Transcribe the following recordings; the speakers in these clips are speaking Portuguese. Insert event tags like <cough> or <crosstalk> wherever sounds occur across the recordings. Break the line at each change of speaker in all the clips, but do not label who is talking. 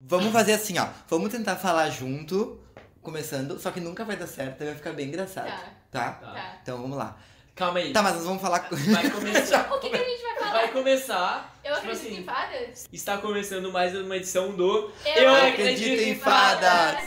Vamos fazer assim, ó. Vamos tentar falar junto, começando, só que nunca vai dar certo, vai ficar bem engraçado. Tá?
Tá.
Tá.
Então vamos lá.
Calma aí.
Tá, mas nós vamos falar. co- <laughs>
Vai
<laughs>
começar.
O que, que a gente vai falar?
Vai começar.
Eu
tipo
acredito
assim,
em fadas?
Está começando mais uma edição do.
Eu
acredito em fadas.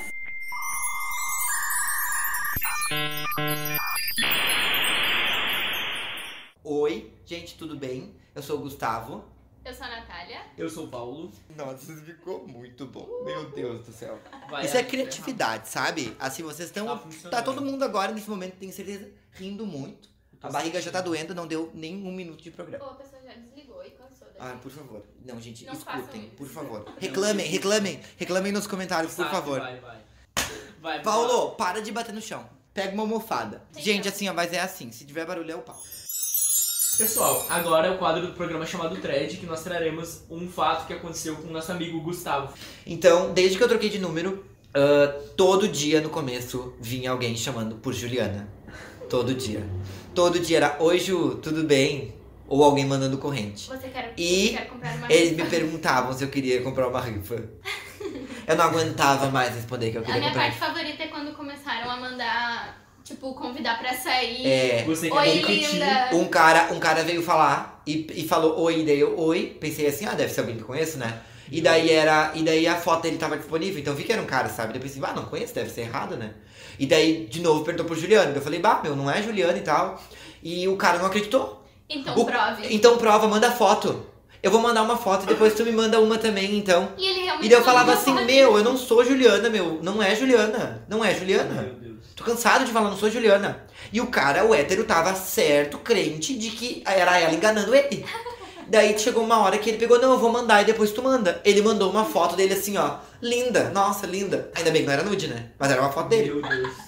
Oi, gente, tudo bem? Eu sou o Gustavo.
Eu sou a Natália.
Eu sou o Paulo.
Nossa, isso ficou muito bom. Meu Deus do céu.
Vai,
Isso é
Arthur.
criatividade, sabe? Assim, vocês
Tá
estão.
funcionando.
Tá todo mundo agora, nesse momento, tenho certeza, rindo muito.
Eu tô
A barriga já
sentindo.
tá doendo, não deu nem um minuto de programa.
Ou a pessoa já desligou e cansou da
Ah,
gente.
por favor. Não, gente,
Não façam
escutem,
isso.
por favor. Reclamem, reclamem, reclamem nos comentários, por
Sabe,
favor.
Vai, vai. Vai,
Paulo, para de bater no chão. Pega uma almofada.
Sim,
Gente,
não.
assim, ó, mas é assim. Se tiver barulho, é o pau.
Pessoal, agora é o quadro do programa chamado Thread, que nós traremos um fato que aconteceu com o nosso amigo Gustavo.
Então, desde que eu troquei de número, ah, todo dia no começo vinha alguém chamando por Juliana. Todo dia. Todo dia era, oi Ju, tudo bem? Ou alguém mandando corrente.
Você quer,
E
quer comprar uma
Eles
rifa?
me perguntavam se eu queria comprar uma rifa. Eu não aguentava mais responder que eu
A
queria
minha
comprar.
parte favorita é quando começaram a mandar, tipo, convidar pra sair.
É,
Você quer
Oi,
bem curtir?
linda.
Um cara, um cara veio falar e, e falou oi, e daí eu oi. Pensei assim, ah, deve ser alguém que eu conheço, né? E daí era. E daí a foto dele tava disponível, então eu vi que era um cara, sabe? Daí eu pensei, ah, não conheço, deve ser errado, né? E daí, de novo, perguntou pro Juliano. Daí Eu falei, bah, meu, não é Juliano e tal. E o cara não acreditou.
Então,
O-
prove.
Então prova, manda foto. Eu vou mandar uma foto e depois tu me manda uma também, então.
E ele realmente
E daí eu
não
falava
mandou
assim,
nada.
meu, eu não sou Juliana, meu. Não é Juliana. Não é Juliana.
Meu Deus.
Tô cansado de falar, não sou Juliana. E o cara, o hétero, tava certo, crente de que era ela enganando
<laughs>
ele. Daí chegou uma hora que ele pegou, não, eu vou mandar e depois tu manda. Ele mandou uma foto dele assim, ó, linda, nossa, linda. Ainda bem que não era nude, né? Mas era uma foto dele.
Meu Deus.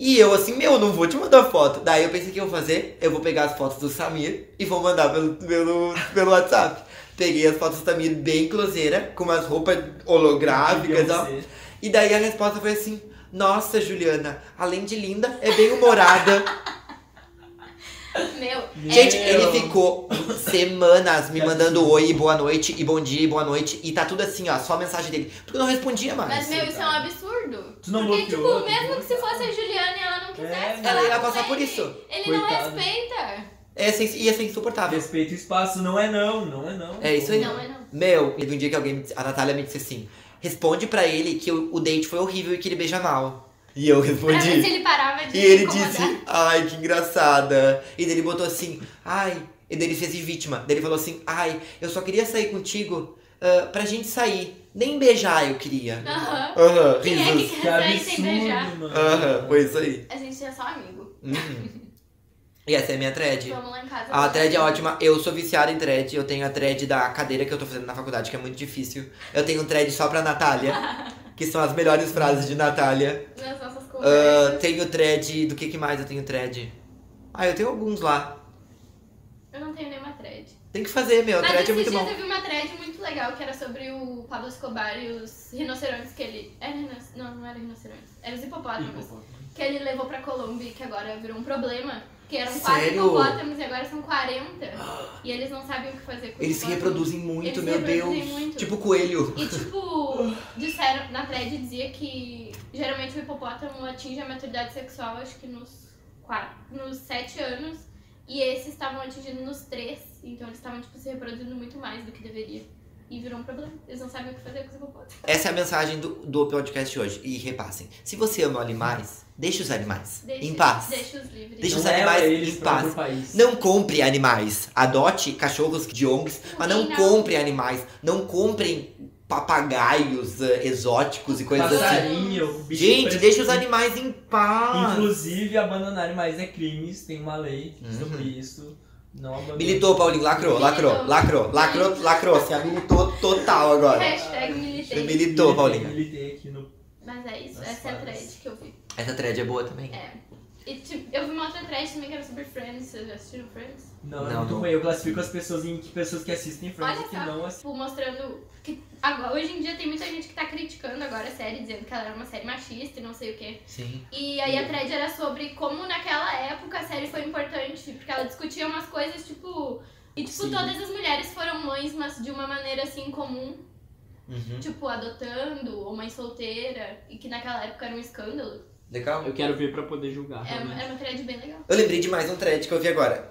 E eu assim, meu, não vou te mandar foto. Daí eu pensei o que eu vou fazer, eu vou pegar as fotos do Samir e vou mandar pelo, pelo, pelo WhatsApp. Peguei as fotos do Samir bem closeira, com umas roupas holográficas, ó.
Beyoncé.
E daí a resposta foi assim: Nossa, Juliana, além de linda, é bem <laughs> humorada.
Meu,
Gente,
Meu.
ele ficou semanas me mandando oi, e boa noite, e bom dia, e boa noite. E tá tudo assim, ó, só a mensagem dele. Porque eu não respondia
mas
mais.
meu, isso é um absurdo.
Tu não
Porque,
bloqueou,
tipo, mesmo que se fosse a Juliana e ela não quisesse
É,
Ela
falar
ia
com
passar por
ele,
isso.
Ele
Coitado.
não respeita.
É sens- ia ser insuportável.
Respeita o espaço, não é não, não é não.
É isso aí.
Não, é não.
Meu, teve um dia que alguém, me disse- a Natália me disse assim: Responde pra ele que o, o date foi horrível e que ele beija mal. E eu
Pra ver
respondi.
se ele parava de
E ele
incomodar.
disse, ai, que engraçada. E daí ele botou assim, ai. E daí ele fez de vítima. Daí ele falou assim, ai, eu só queria sair contigo ah, pra gente sair. Nem beijar eu queria.
Aham.
Aham,
Quem é
risos.
que
Que
quer sair sem beijar?
absurdo, mano.
Aham, foi isso aí.
A gente é só amigo. Tipo,
Uhum. E essa é a minha thread.
Vamos lá em casa.
A thread é ótima. Eu sou viciado em thread. Eu tenho a thread da cadeira que eu tô fazendo na faculdade, que é muito difícil. Eu tenho um thread só pra
<laughs>
Natália, que são as melhores frases de Natália.
Nas nossas
Ah,
conversas.
tenho thread. Do que, que mais eu tenho thread? Ah, eu tenho alguns lá.
Eu não tenho nenhuma thread.
Tem que fazer, meu.
Mas
thread
esses
é muito
dias
bom.
eu vi uma thread muito legal que era sobre o Pablo Escobar e os rinocerontes que ele. Era rinoc- Não, não era rinocerontes. Era os hipopótamos. Que ele levou pra Colômbia e que agora virou um problema. Que eram quatro
Sério?
hipopótamos e agora são 40. E eles não sabem o que fazer com
Eles se
hipopótamo.
reproduzem muito,
Eles se
meu
reproduzem
Deus.
muito.
Tipo coelho.
E tipo, disseram, na thread dizia que geralmente o hipopótamo atinge a maturidade sexual, acho que nos, quatro, nos sete anos. E esses estavam atingindo nos três. Então eles estavam, tipo, se reproduzindo muito mais do que deveria. E virou um problema. Eles não sabem o que fazer com os hipopótamos.
Essa é a mensagem do, do podcast hoje. E repassem. Se você ama animais, deixe os animais
Deixa-
em paz.
Deixa os livres.
Deixa os
Não leva
animais em
eles pra
paz.
outro país.
Não compre animais. Adote cachorros de ONGs, mas não
Não.
compre animais. Não comprem papagaios eh, exóticos e coisas assim.
Passarinho, bicho
Gente,
preto.
deixa os animais em paz.
Inclusive, abandonar animais é crimes, tem uma lei
Uhum.
sobre isso. Não abandonar.
Militou, Paulinho. Lacrou, lacrou,
Militou.
lacrou, lacrou, lacrou. Se habilitou total agora.
Hashtag militei.
Militou, Paulinho.
Militei aqui no.
Mas é isso,
Nas
essa é a
fadas.
thread que eu vi.
Essa thread é boa também.
É. E tipo, eu vi uma outra thread também que era sobre Friends. Vocês já assistiram Friends?
Não,
Não,
não, muito
não.
ruim. Eu classifico as pessoas em que pessoas que assistem Friends
Olha
e que
só.
não assistem.
tipo, mostrando que agora, hoje em dia tem muita gente que tá criticando agora a série, dizendo que ela era uma série machista e não sei o quê.
Sim.
E aí a thread era sobre como naquela época a série foi importante, porque ela discutia umas coisas, tipo. E tipo,
Sim.
todas as mulheres foram mães, mas de uma maneira assim comum.
Uhum.
Tipo, adotando, ou mãe solteira, e que naquela época era um escândalo.
Legal?
Eu quero ver pra poder
Ah,
julgar.
É uma,
realmente.
é uma thread bem legal.
Eu lembrei de mais um thread que eu vi agora.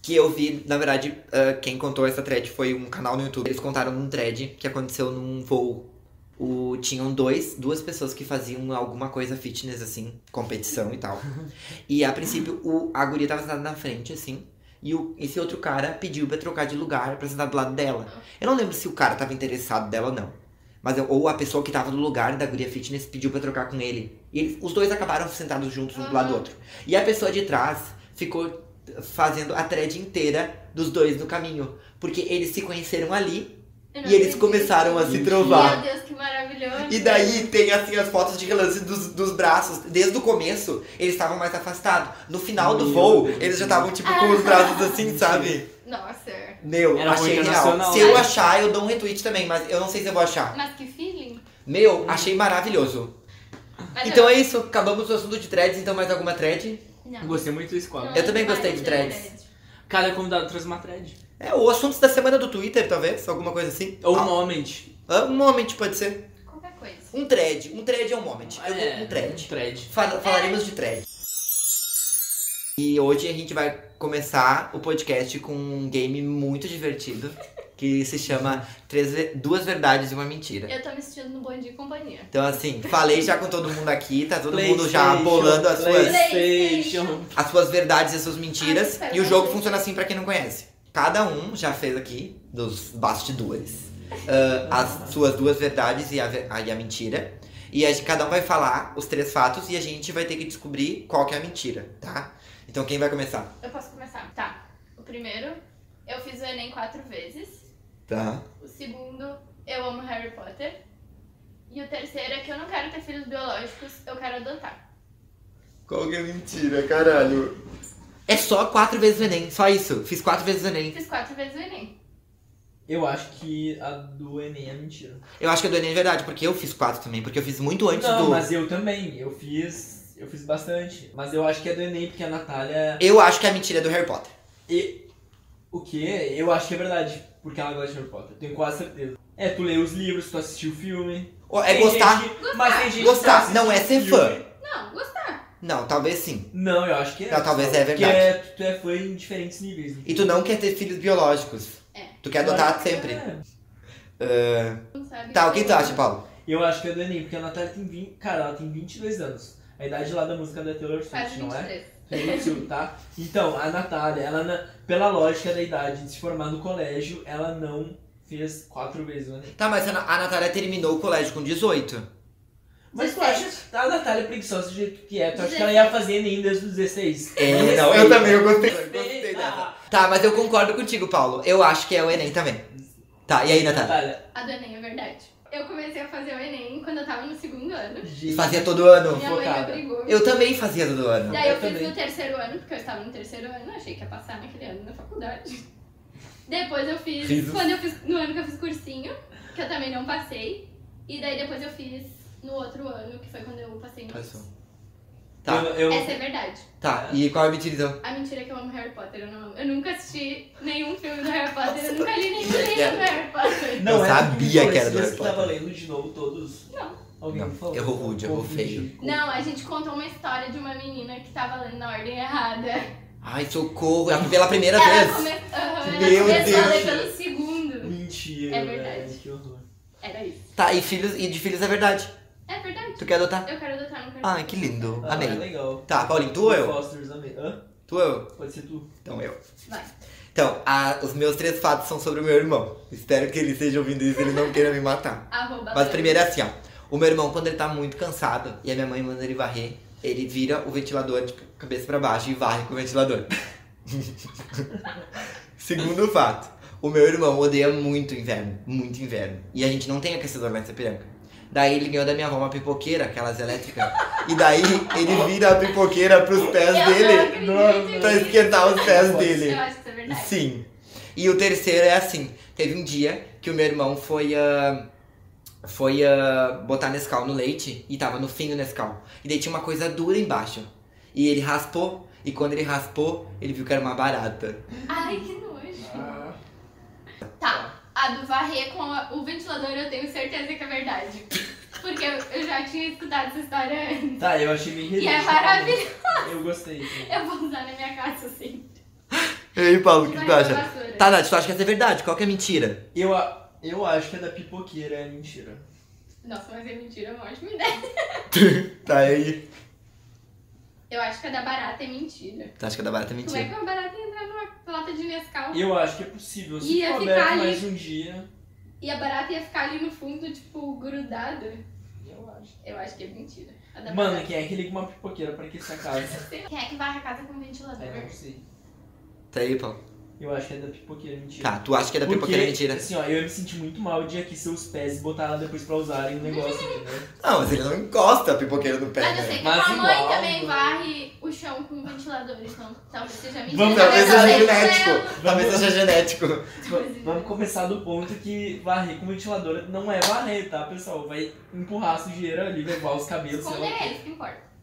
Que eu vi, na verdade, ah, quem contou essa thread foi um canal no YouTube. Eles contaram num thread que aconteceu num voo. O, tinham dois, duas pessoas que faziam alguma coisa fitness, assim, competição e tal. E a princípio, o, a guria tava sentada na frente, assim. E o, esse outro cara pediu pra trocar de lugar pra sentar do lado dela. Eu não lembro se o cara tava interessado dela ou não. Mas, eu- ou a pessoa que tava no lugar da guria fitness pediu pra trocar com ele. E eles- os dois acabaram sentados juntos um do lado do
Aham.
outro. E a pessoa de trás ficou fazendo a thread inteira dos dois no caminho. Porque eles se conheceram ali
Eu não
e eles
acredito.
começaram a se
Mentira.
trovar.
Meu Deus, que maravilhoso.
E daí tem assim as fotos de relance dos, dos braços. Desde o começo, eles estavam mais afastados. No final do
Meu
voo,
Deus.
eles já estavam tipo com os braços assim, sabe?
Nossa.
Meu,
Era
achei
muito
real.
nacional,
Se eu
né?
achar, eu dou um retweet também, mas eu não sei se eu vou achar.
Mas que feeling.
Meu, achei maravilhoso.
Mas
Então é isso, acabamos o assunto de threads, então mais alguma thread?
eu... não.
Gostei muito do escola.
é. Não,
Eu também
não
gostei
vai
de
ser
threads.
thread.
Cada convidado traz uma thread.
É, o assunto da semana do Twitter, talvez, alguma coisa assim.
Ou um
Ah,
moment.
ah, um moment pode ser.
Qualquer coisa.
Um thread, um thread é um moment. Eu
É,
vou- um thread.
Um thread.
Fal- falaremos de thread. E hoje a gente vai começar o podcast com um game muito divertido que se chama Três Ve- Duas Verdades e uma Mentira.
Eu tô me sentindo no Bom Dia e Companhia.
Então, assim, falei já com todo mundo aqui, tá todo mundo
PlayStation,
já bolando as suas,
PlayStation.
as suas verdades e as suas mentiras.
Ai, espera,
e o jogo
mas-
funciona assim pra quem não conhece. Cada um já fez aqui, dos bastidores, ah, as suas duas verdades e a, ve- a- e a mentira. E a gente- cada um vai falar os três fatos e a gente vai ter que descobrir qual que é a mentira, tá? Então quem vai começar?
Eu posso começar? Tá. O primeiro, eu fiz o Enem quatro vezes.
Tá.
O segundo, eu amo Harry Potter. E o terceiro é que eu não quero ter filhos biológicos, eu quero adotar.
Qual que é a mentira, caralho? É só quatro vezes o Enem, só isso. Fiz quatro vezes o Enem.
Fiz quatro vezes o Enem.
Eu acho que a do Enem é mentira.
Eu acho que a do Enem é verdade, porque eu fiz quatro também, porque eu fiz muito antes
não,
do.
mas eu também. Eu fiz. Eu fiz bastante. Mas eu acho que é do Enem, porque a Natália.
Eu acho que a mentira é do Harry Potter.
E... O quê? Eu acho que é verdade. Porque ela gosta de Harry Potter. Tenho quase certeza. É, tu leu os livros, tu assistiu o filme.
Ou É
Tem
gostar?
gente que- Mas tem gente que
Gostar,
assiste
não é
o
ser
filme.
fã.
Não, gostar.
Não, talvez sim.
Não, eu acho que é.
Não, talvez é
Porque
verdade.
é- tu é fã em diferentes níveis. então
E tu não quer ter filhos biológicos.
É.
Tu quer adotar sempre.
é.
Não sabe.
Tá, o que tu acha, Paulo?
Eu acho que é do Enem, porque a Natália tem 20. Cara, ela tem 22 anos. A idade lá da música da Taylor
Faz
Swift, não é?
23.
Permitiu, tá? Então, a Natália, ela, na- pela lógica da idade de se formar no colégio, ela não fez quatro vezes né? o Enem.
Tá, mas a Na- a Natália terminou o colégio com 18.
Mas tu
17.
acha a Natália preguiçosa do jeito que é? Tu acha que ela ia fazer Enem desde os 16?
É, não, eu também, eu gostei.
Ah,
Tá, mas eu concordo contigo, Paulo. Eu acho que é o Enem também. Tá, e aí, Natália?
Natália.
A do Enem é verdade. Eu comecei a fazer o Enem quando eu tava no segundo ano.
E
gente,
Fazia todo ano.
Minha mãe me
focada.
obrigou.
Eu também fazia todo ano.
Daí eu,
Eu
fiz
também.
no terceiro ano, porque eu estava no terceiro ano, achei que ia passar naquele ano na faculdade. Depois eu fiz,
Risos.
quando eu fiz, no ano que eu fiz cursinho, que eu também não passei. E daí depois eu fiz no outro ano, que foi quando eu passei no
Passou.
Eu,
Tá,
eu-
Essa é verdade.
tá. E qual é a mentira então?
A mentira é que eu amo Harry Potter, eu não amo. Eu nunca assisti nenhum filme do Harry Potter, eu nunca li nenhum livro do Harry Potter.
Não,
eu
é
sabia
porque
que era do
você
Harry Potter.
tava lendo de novo todos.
Não.
Alguém
Não,
me falou.
errou rude, errou feio.
Confundi.
Não, a gente contou uma história de uma menina que tava lendo na ordem errada.
Ai, socorro. é Pela primeira
Ela,
vez.
come... Aham, ela
Meu
começou a
Deus.
ler pelo segundo.
Mentira.
É verdade.
velho, que horror.
Era isso.
Tá, e filhos e de filhos é verdade.
É verdade.
Tu quer adotar?
Eu quero adotar um cartão.
Ai, que lindo.
Ah,
Amei.
legal.
Tá, Paulinho, tu ou eu?
Fosters, amei. Hã?
Tu ou eu?
Pode ser tu.
Então eu.
Vai.
Então, a- os meus três fatos são sobre o meu irmão. Espero que ele esteja ouvindo isso e ele não queira me matar.
Arroba
Mas primeiro é assim, ó. O meu irmão, quando ele tá muito cansado e a minha mãe manda ele varrer, ele vira o ventilador de cabeça pra baixo e varre com o ventilador. <laughs> Segundo fato, o meu irmão odeia muito inverno, muito inverno. E a gente não tem aquecedor lá em Sapiranga. Daí ele ganhou da minha avó uma pipoqueira, aquelas elétricas. E daí ele vira a pipoqueira pros pés
Eu
dele
não acredito
pra
nisso.
esquentar os pés
Eu
dele.
Eu acho que isso é verdade.
Sim. E o terceiro é assim: teve um dia que o meu irmão foi. ah, foi ah, botar Nescau no leite e tava no fim do Nescau. E daí tinha uma coisa dura embaixo. E ele raspou, e quando ele
Ah.
raspou, ele viu que era uma barata.
Ai, que nojo. Tá. A a do varrer com a- o ventilador eu tenho certeza que é verdade. Porque eu, eu já tinha escutado essa história antes.
Tá, eu achei meio
E é
ridículo.
maravilhoso.
Eu gostei. então.
Eu vou usar na minha casa, assim.
E aí, Paulo, o que
Vai
tu
na
acha?
é vassoura.
Tá, Nath, tu acha que essa é verdade? Qual que é a mentira?
Eu, a- eu acho que é da pipoqueira, é mentira.
Nossa, mas é mentira, é uma ótima ideia.
Tá aí.
Eu acho que a da barata é mentira.
Tu acha que a da barata é
Como é que
mentira?
uma barata ia entrar numa lata de Nescau?
Eu acho que é possível. Se
Ia
for
ficar
aberto
ali.
mais um dia,
E a barata ia ficar ali no fundo, tipo, grudada.
eu acho.
Eu acho que é mentira. A da
Mano,
barata.
quem é que liga uma pipoqueira pra aquecer a
<laughs>
casa?
Quem é que varre a casa com ventilador?
É, não sei.
Tá aí, Paulo.
Eu acho que é da pipoqueira, mentira.
Tá, tu acha que é da
Porque,
pipoqueira é mentira?
Assim, ó, eu ia me senti muito mal de aquecer os pés e botar ela depois pra usarem
<laughs>
o negócio, entendeu?
Não, mas ele não encosta a pipoqueira no pé,
Mas eu
né?
sei que a
Mas
tua mãe
igual,
também
né?
varre o chão com ventilador, então talvez seja mentira.
Vamos-
Talvez
ela
seja
esteja um né?
genético. Talvez
Vamos-
seja genético.
Va- Tipo,
é.
Vamos começar do ponto que varrer com ventilador não é varrer, tá, pessoal? Vai empurrar a sujeira ali, levar os cabelos, sei lá. o
Esconder
quê.
eles, é que importa.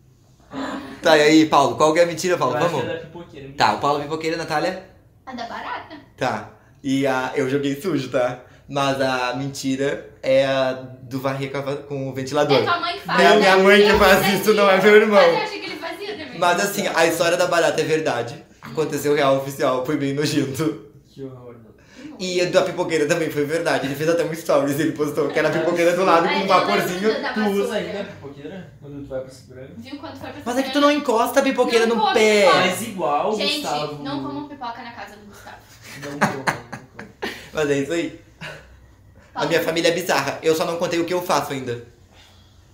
Tá, e aí, Paulo? Qual que é a mentira,
Eu
Paulo?
acho que
Vamos.
é da pipoqueira. mentira.
Tá, o Paulo pipoqueira, Natália?
A É da barata?
Tá. E a. Eu joguei sujo, tá? Mas a mentira é a do varrer com, a va- com o
É
ventilador.
tua mãe que faz.
É a
né?
minha mãe que
Eu
faz
fazia.
isso, não é meu irmão.
Mas eu achei que ele fazia também.
Mas assim, a história da barata é verdade. Aconteceu real oficial, foi bem nojento.
Que horror. não.
E a da pipoqueira também foi verdade. Ele fez até um stories, ele postou que era a pipoqueira do lado com
Aí
um
É, eu
vaporzinho.
lembro da
Tu usa
vassoura.
ainda a pipoqueira quando tu vai pra segurança?
Viu quando foi pra
Mas é que tu não encosta a pipoqueira
Não
no
encosta,
pé.
Paulo.
Mas igual,
Gente,
Gustavo.
não comam pipoca na casa do Gustavo.
Não como, não como.
Mas é isso aí. A
Paulo,
minha família é bizarra. Eu só não contei o que eu faço ainda.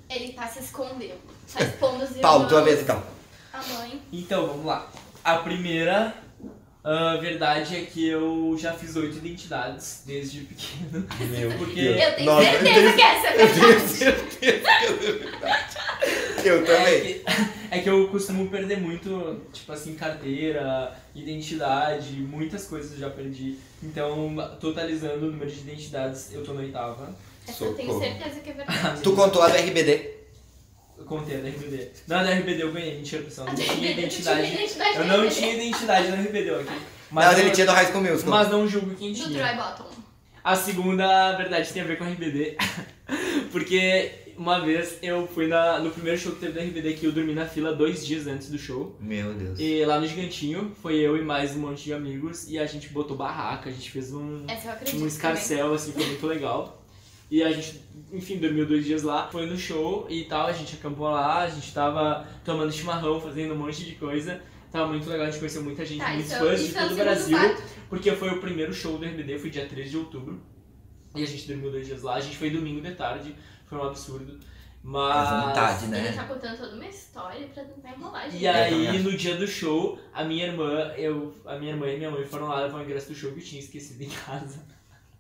Ele tá se escondendo. Tá expondo os
Paulo,
irmãos,
tua vez então.
A mãe.
Então, vamos lá. A primeira ah, verdade é que eu já fiz oito identidades desde pequeno.
Meu
Porque-
Deus.
Eu tenho
Nossa,
certeza que essa é
Eu tenho
verdade.
certeza que é verdade. Eu
É
também.
que, é que eu costumo perder muito, tipo assim, carteira, identidade, muitas coisas eu já perdi. Então, totalizando o número de identidades, eu tô na oitava.
Essa eu tenho
Socorro.
certeza que é verdade.
Tu contou a do RBD.
Eu contei a da RBD. Na da RBD eu ganhei, mentira, pessoal.
<laughs>
Eu não tinha
Eu
identidade.
tinha identidade é
Eu não tinha identidade na RBD, ok?
Mas,
Mas,
ele
eu-
tinha do High School Musical.
mas não julgo quem
Do
tinha.
Troy Bottom.
A segunda, na verdade, tem a ver com a RBD. <laughs> Porque uma vez eu fui na, no primeiro show que teve da RBD que eu dormi na fila dois dias antes do show.
Meu Deus.
E lá no Gigantinho, foi eu e mais um monte de amigos, e a gente botou barraca, a gente fez um,
Essa eu acredito.
um escarcel, assim, foi muito legal. E a gente, enfim, dormiu dois dias lá, foi no show e tal, a gente acampou lá, a gente tava tomando chimarrão, fazendo um monte de coisa. Tava muito legal, a gente conheceu muita gente,
Tá,
muitos
isso-
fãs
isso é
de
o
todo o
segundo
Brasil,
fato.
porque foi o primeiro show do RBD, foi dia 13 de outubro. E a gente dormiu dois dias lá, a gente foi domingo de tarde, foi um absurdo. Mas.
Essa é vontade,
Ele
né?
tá contando toda uma história pra tentar enrolar, gente.
E
também
aí,
acho.
no dia do show, a minha irmã, eu, a minha irmã e minha mãe foram lá levar o ingresso do show que eu tinha esquecido em casa.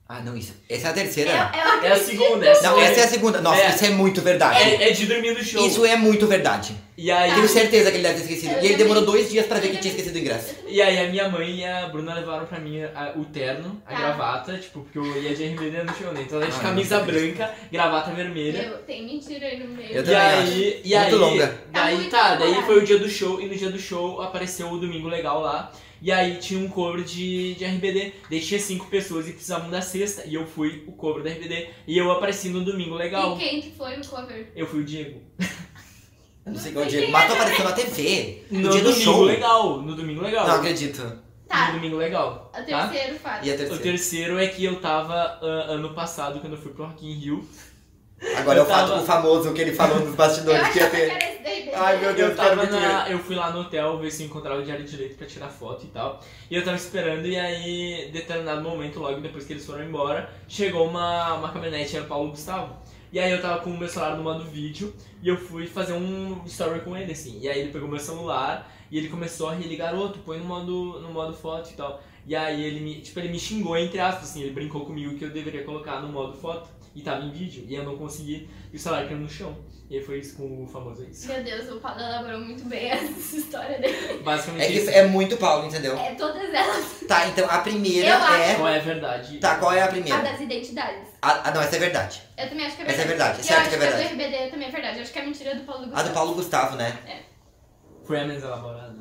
Ah, não, isso. Essa é a
Eu,
terceira.
eu
É a
acredito.
segunda, é
Não,
a segunda.
essa é a segunda. Nossa,
É.
isso é muito verdade.
É, é de dormir no show.
Isso é muito verdade.
E aí,
Eu tenho certeza que ele deve ter esquecido.
Eu
E ele
também.
demorou dois dias pra ver que
Eu
tinha esquecido o ingresso.
e aí a minha mãe e a Bruna levaram pra mim a- o terno, a
Tá.
gravata, tipo, porque eu ia de RBD no show, né? Então ela é de
Ai,
camisa
não acredito.
branca, gravata vermelha.
Meu, tem mentira aí no meio.
Eu
e
também
aí,
Muito
e aí,
longa. É
daí
muito
tá, daí
longa.
foi o dia do show, e no dia do show apareceu o Domingo Legal lá, e aí tinha um cover de, de RBD, daí tinha cinco pessoas e precisavam da sexta, e eu fui o cover da RBD, e eu apareci no Domingo
E
Legal,
quem que foi o cover?
eu fui o Diego.
Eu não sei qual dia. Mas tu
é?
apareceu na TV. No,
No
dia do
Domingo
show.
Legal, no Domingo Legal,
Não acredito.
no
Tá,
Domingo Legal.
o
Hum. tá?
terceiro fato.
E a
O
terceira?
terceiro é que eu tava ah, ano passado, quando eu fui pro Rock in Rio,
Agora é o
Eu tava-
fato o famoso que ele falou nos
Eu
bastidores que ia
achava que
ter.
era esse daí dele.
Ai, meu Deus,
eu,
quero
tava
muito ver.
na, eu fui lá no hotel ver se eu encontrava o diário direito pra tirar foto e tal. E eu tava esperando, e aí, determinado momento, logo depois que eles foram embora, chegou uma, uma caminhonete, era o Paulo Gustavo. E aí eu tava com o meu celular no modo vídeo, e eu fui fazer um story com ele, assim. E aí ele pegou meu celular, e ele começou a rir, ele, garoto, põe no modo, no modo foto e tal. E aí ele me, tipo, ele me xingou, entre aspas, assim, ele brincou comigo que eu deveria colocar no modo foto, e tava em vídeo, e eu não consegui, e o celular caiu no chão. E aí foi isso com o famoso é isso.
Meu Deus, o Paulo elaborou muito bem essa história dele.
Basicamente
É que isso
isso.
é muito Paulo, entendeu?
É todas elas.
Tá, então a primeira
Eu acho.
é.
Não é verdade.
Tá, qual é a
A
primeira?
das identidades.
Ah, ah, não, essa é verdade.
Eu também acho que é
Essa é
verdade.
verdade,
E
certo
eu acho
que é
a do RBD também é verdade. Eu acho que é mentira do Paulo
A
Gustavo.
do Paulo Gustavo, né?
Foi a menos elaborada.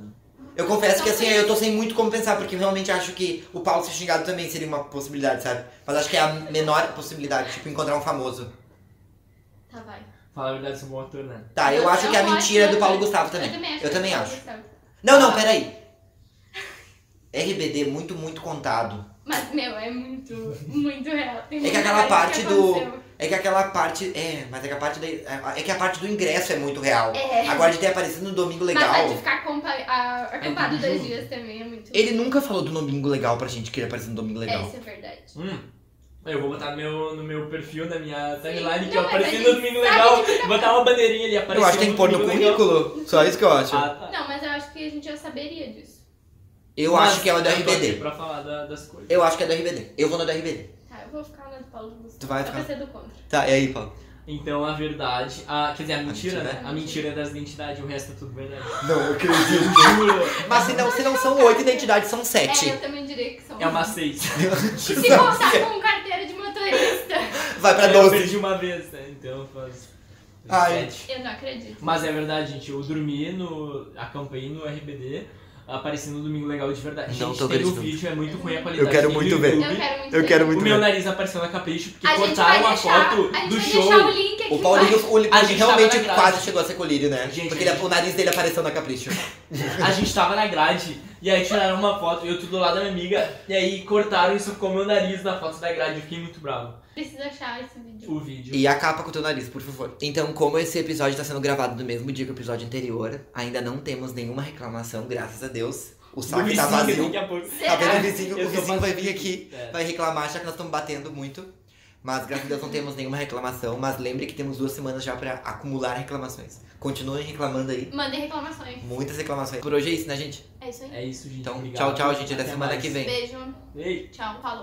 Eu confesso que
Então,
assim,
foi-
eu tô sem muito como pensar, porque eu realmente acho que o Paulo ser xingado também seria uma possibilidade, sabe? Mas acho que é a menor possibilidade, tipo, encontrar um famoso.
Tá, vai.
Fala a verdade, sou um bom ator, né?
Tá, eu
Eu-
acho
eu
que a
acho
mentira é
que-
do Paulo Gustavo
Eu
também.
também acho.
Eu
que
também
tá
acho.
gostando.
Não, não, peraí. RBD muito, muito contado.
Mas, meu, é muito, muito real. Tem
É que
muita
aquela
coisa
parte do-
aconteceu.
É que aquela parte. É, mas é que a parte da, é- É que a parte do ingresso é muito real.
É.
Agora de ter aparecido no Domingo
Mas é a
Legal.
de ficar acompa- a- acampado dois dias também é muito...
Ele nunca falou do Domingo Legal pra gente que ele apareceu no Domingo
É,
Legal.
isso é verdade.
Hum. Eu vou botar no meu, no meu perfil, na minha timeline,
Não,
que eu
mas
apareci
ele
no Domingo Legal.
tá
Botar uma bandeirinha ali, apareceu
eu acho que tem que pôr no
um Domingo Legal.
currículo. Só isso que eu acho.
Ah, tá.
Não, mas eu acho que a gente já saberia disso.
eu
Mas
acho que é o da
eu tô aqui
RBD.
Pra falar da- das coisas.
Eu acho que é da RBD. Eu vou no da RBD.
Tá, eu vou ficar na do Paulo Gustavo.
Tu vai
só
ficar-
pra ser do contra.
Tá, e aí, Paulo?
Então a verdade. A, quer dizer, a mentira,
mentira,
né?
né?
A mentira é das identidades, o resto é tudo
<laughs>
verdade.
Não, eu acredito.
Juro.
Mas se não, se não são oito identidades, são
É, eu
sete.
também diria que são.
É uma <laughs> seis.
<laughs>
É,
Se contar com carteira de motorista,
Vai pra
Eu
Tá doze.
perdi uma vez, né? Então faz.
Ai.
sete.
eu não acredito.
Mas é verdade, gente. Eu dormi no. Acampei no RBD. Aparecendo no Domingo Legal de verdade.
Não
gente,
tô
tem o
acreditando.
vídeo, é muito ruim a qualidade.
Eu quero
tem no
muito ver.
YouTube.
Eu quero muito
Eu
ver.
quero
O
muito
meu
ver.
nariz apareceu na capricho porque
A gente vai
cortaram a
deixar,
foto
a gente
do
vai
show.
deixar o link aqui
O Paulo
embaixo.
o
A
Lipe
gente
realmente
tava na
quase
grade.
chegou a ser colírio, né?
Gente,
Porque
a
ele- o nariz dele apareceu na capricho.
A gente tava na grade e aí tiraram uma foto, eu tudo do lado da minha amiga, e aí cortaram isso com o meu nariz na foto da grade. Eu fiquei muito bravo.
Precisa achar esse vídeo.
O vídeo.
E a capa com o teu nariz, por favor. Então, como esse episódio tá sendo gravado no mesmo dia que o episódio anterior, ainda não temos nenhuma reclamação, graças a Deus. O
Do
saco tá
vizinho,
vazio.
daqui a pouco.
Tá vendo o vizinho?
Eu
O
tô
vizinho vai vir
vazio.
aqui,
É.
vai reclamar, já que nós estamos batendo muito. Mas graças a Deus não temos nenhuma reclamação. Mas lembre que temos duas semanas já pra acumular reclamações. Continuem reclamando aí.
Mandem reclamações.
Muitas reclamações. Por hoje é isso, né, gente?
É isso aí.
É isso, gente.
Então,
Obrigado.
tchau, tchau, gente. Até semana
mais.
que vem.
Beijo.
Ei.
Tchau. Falou.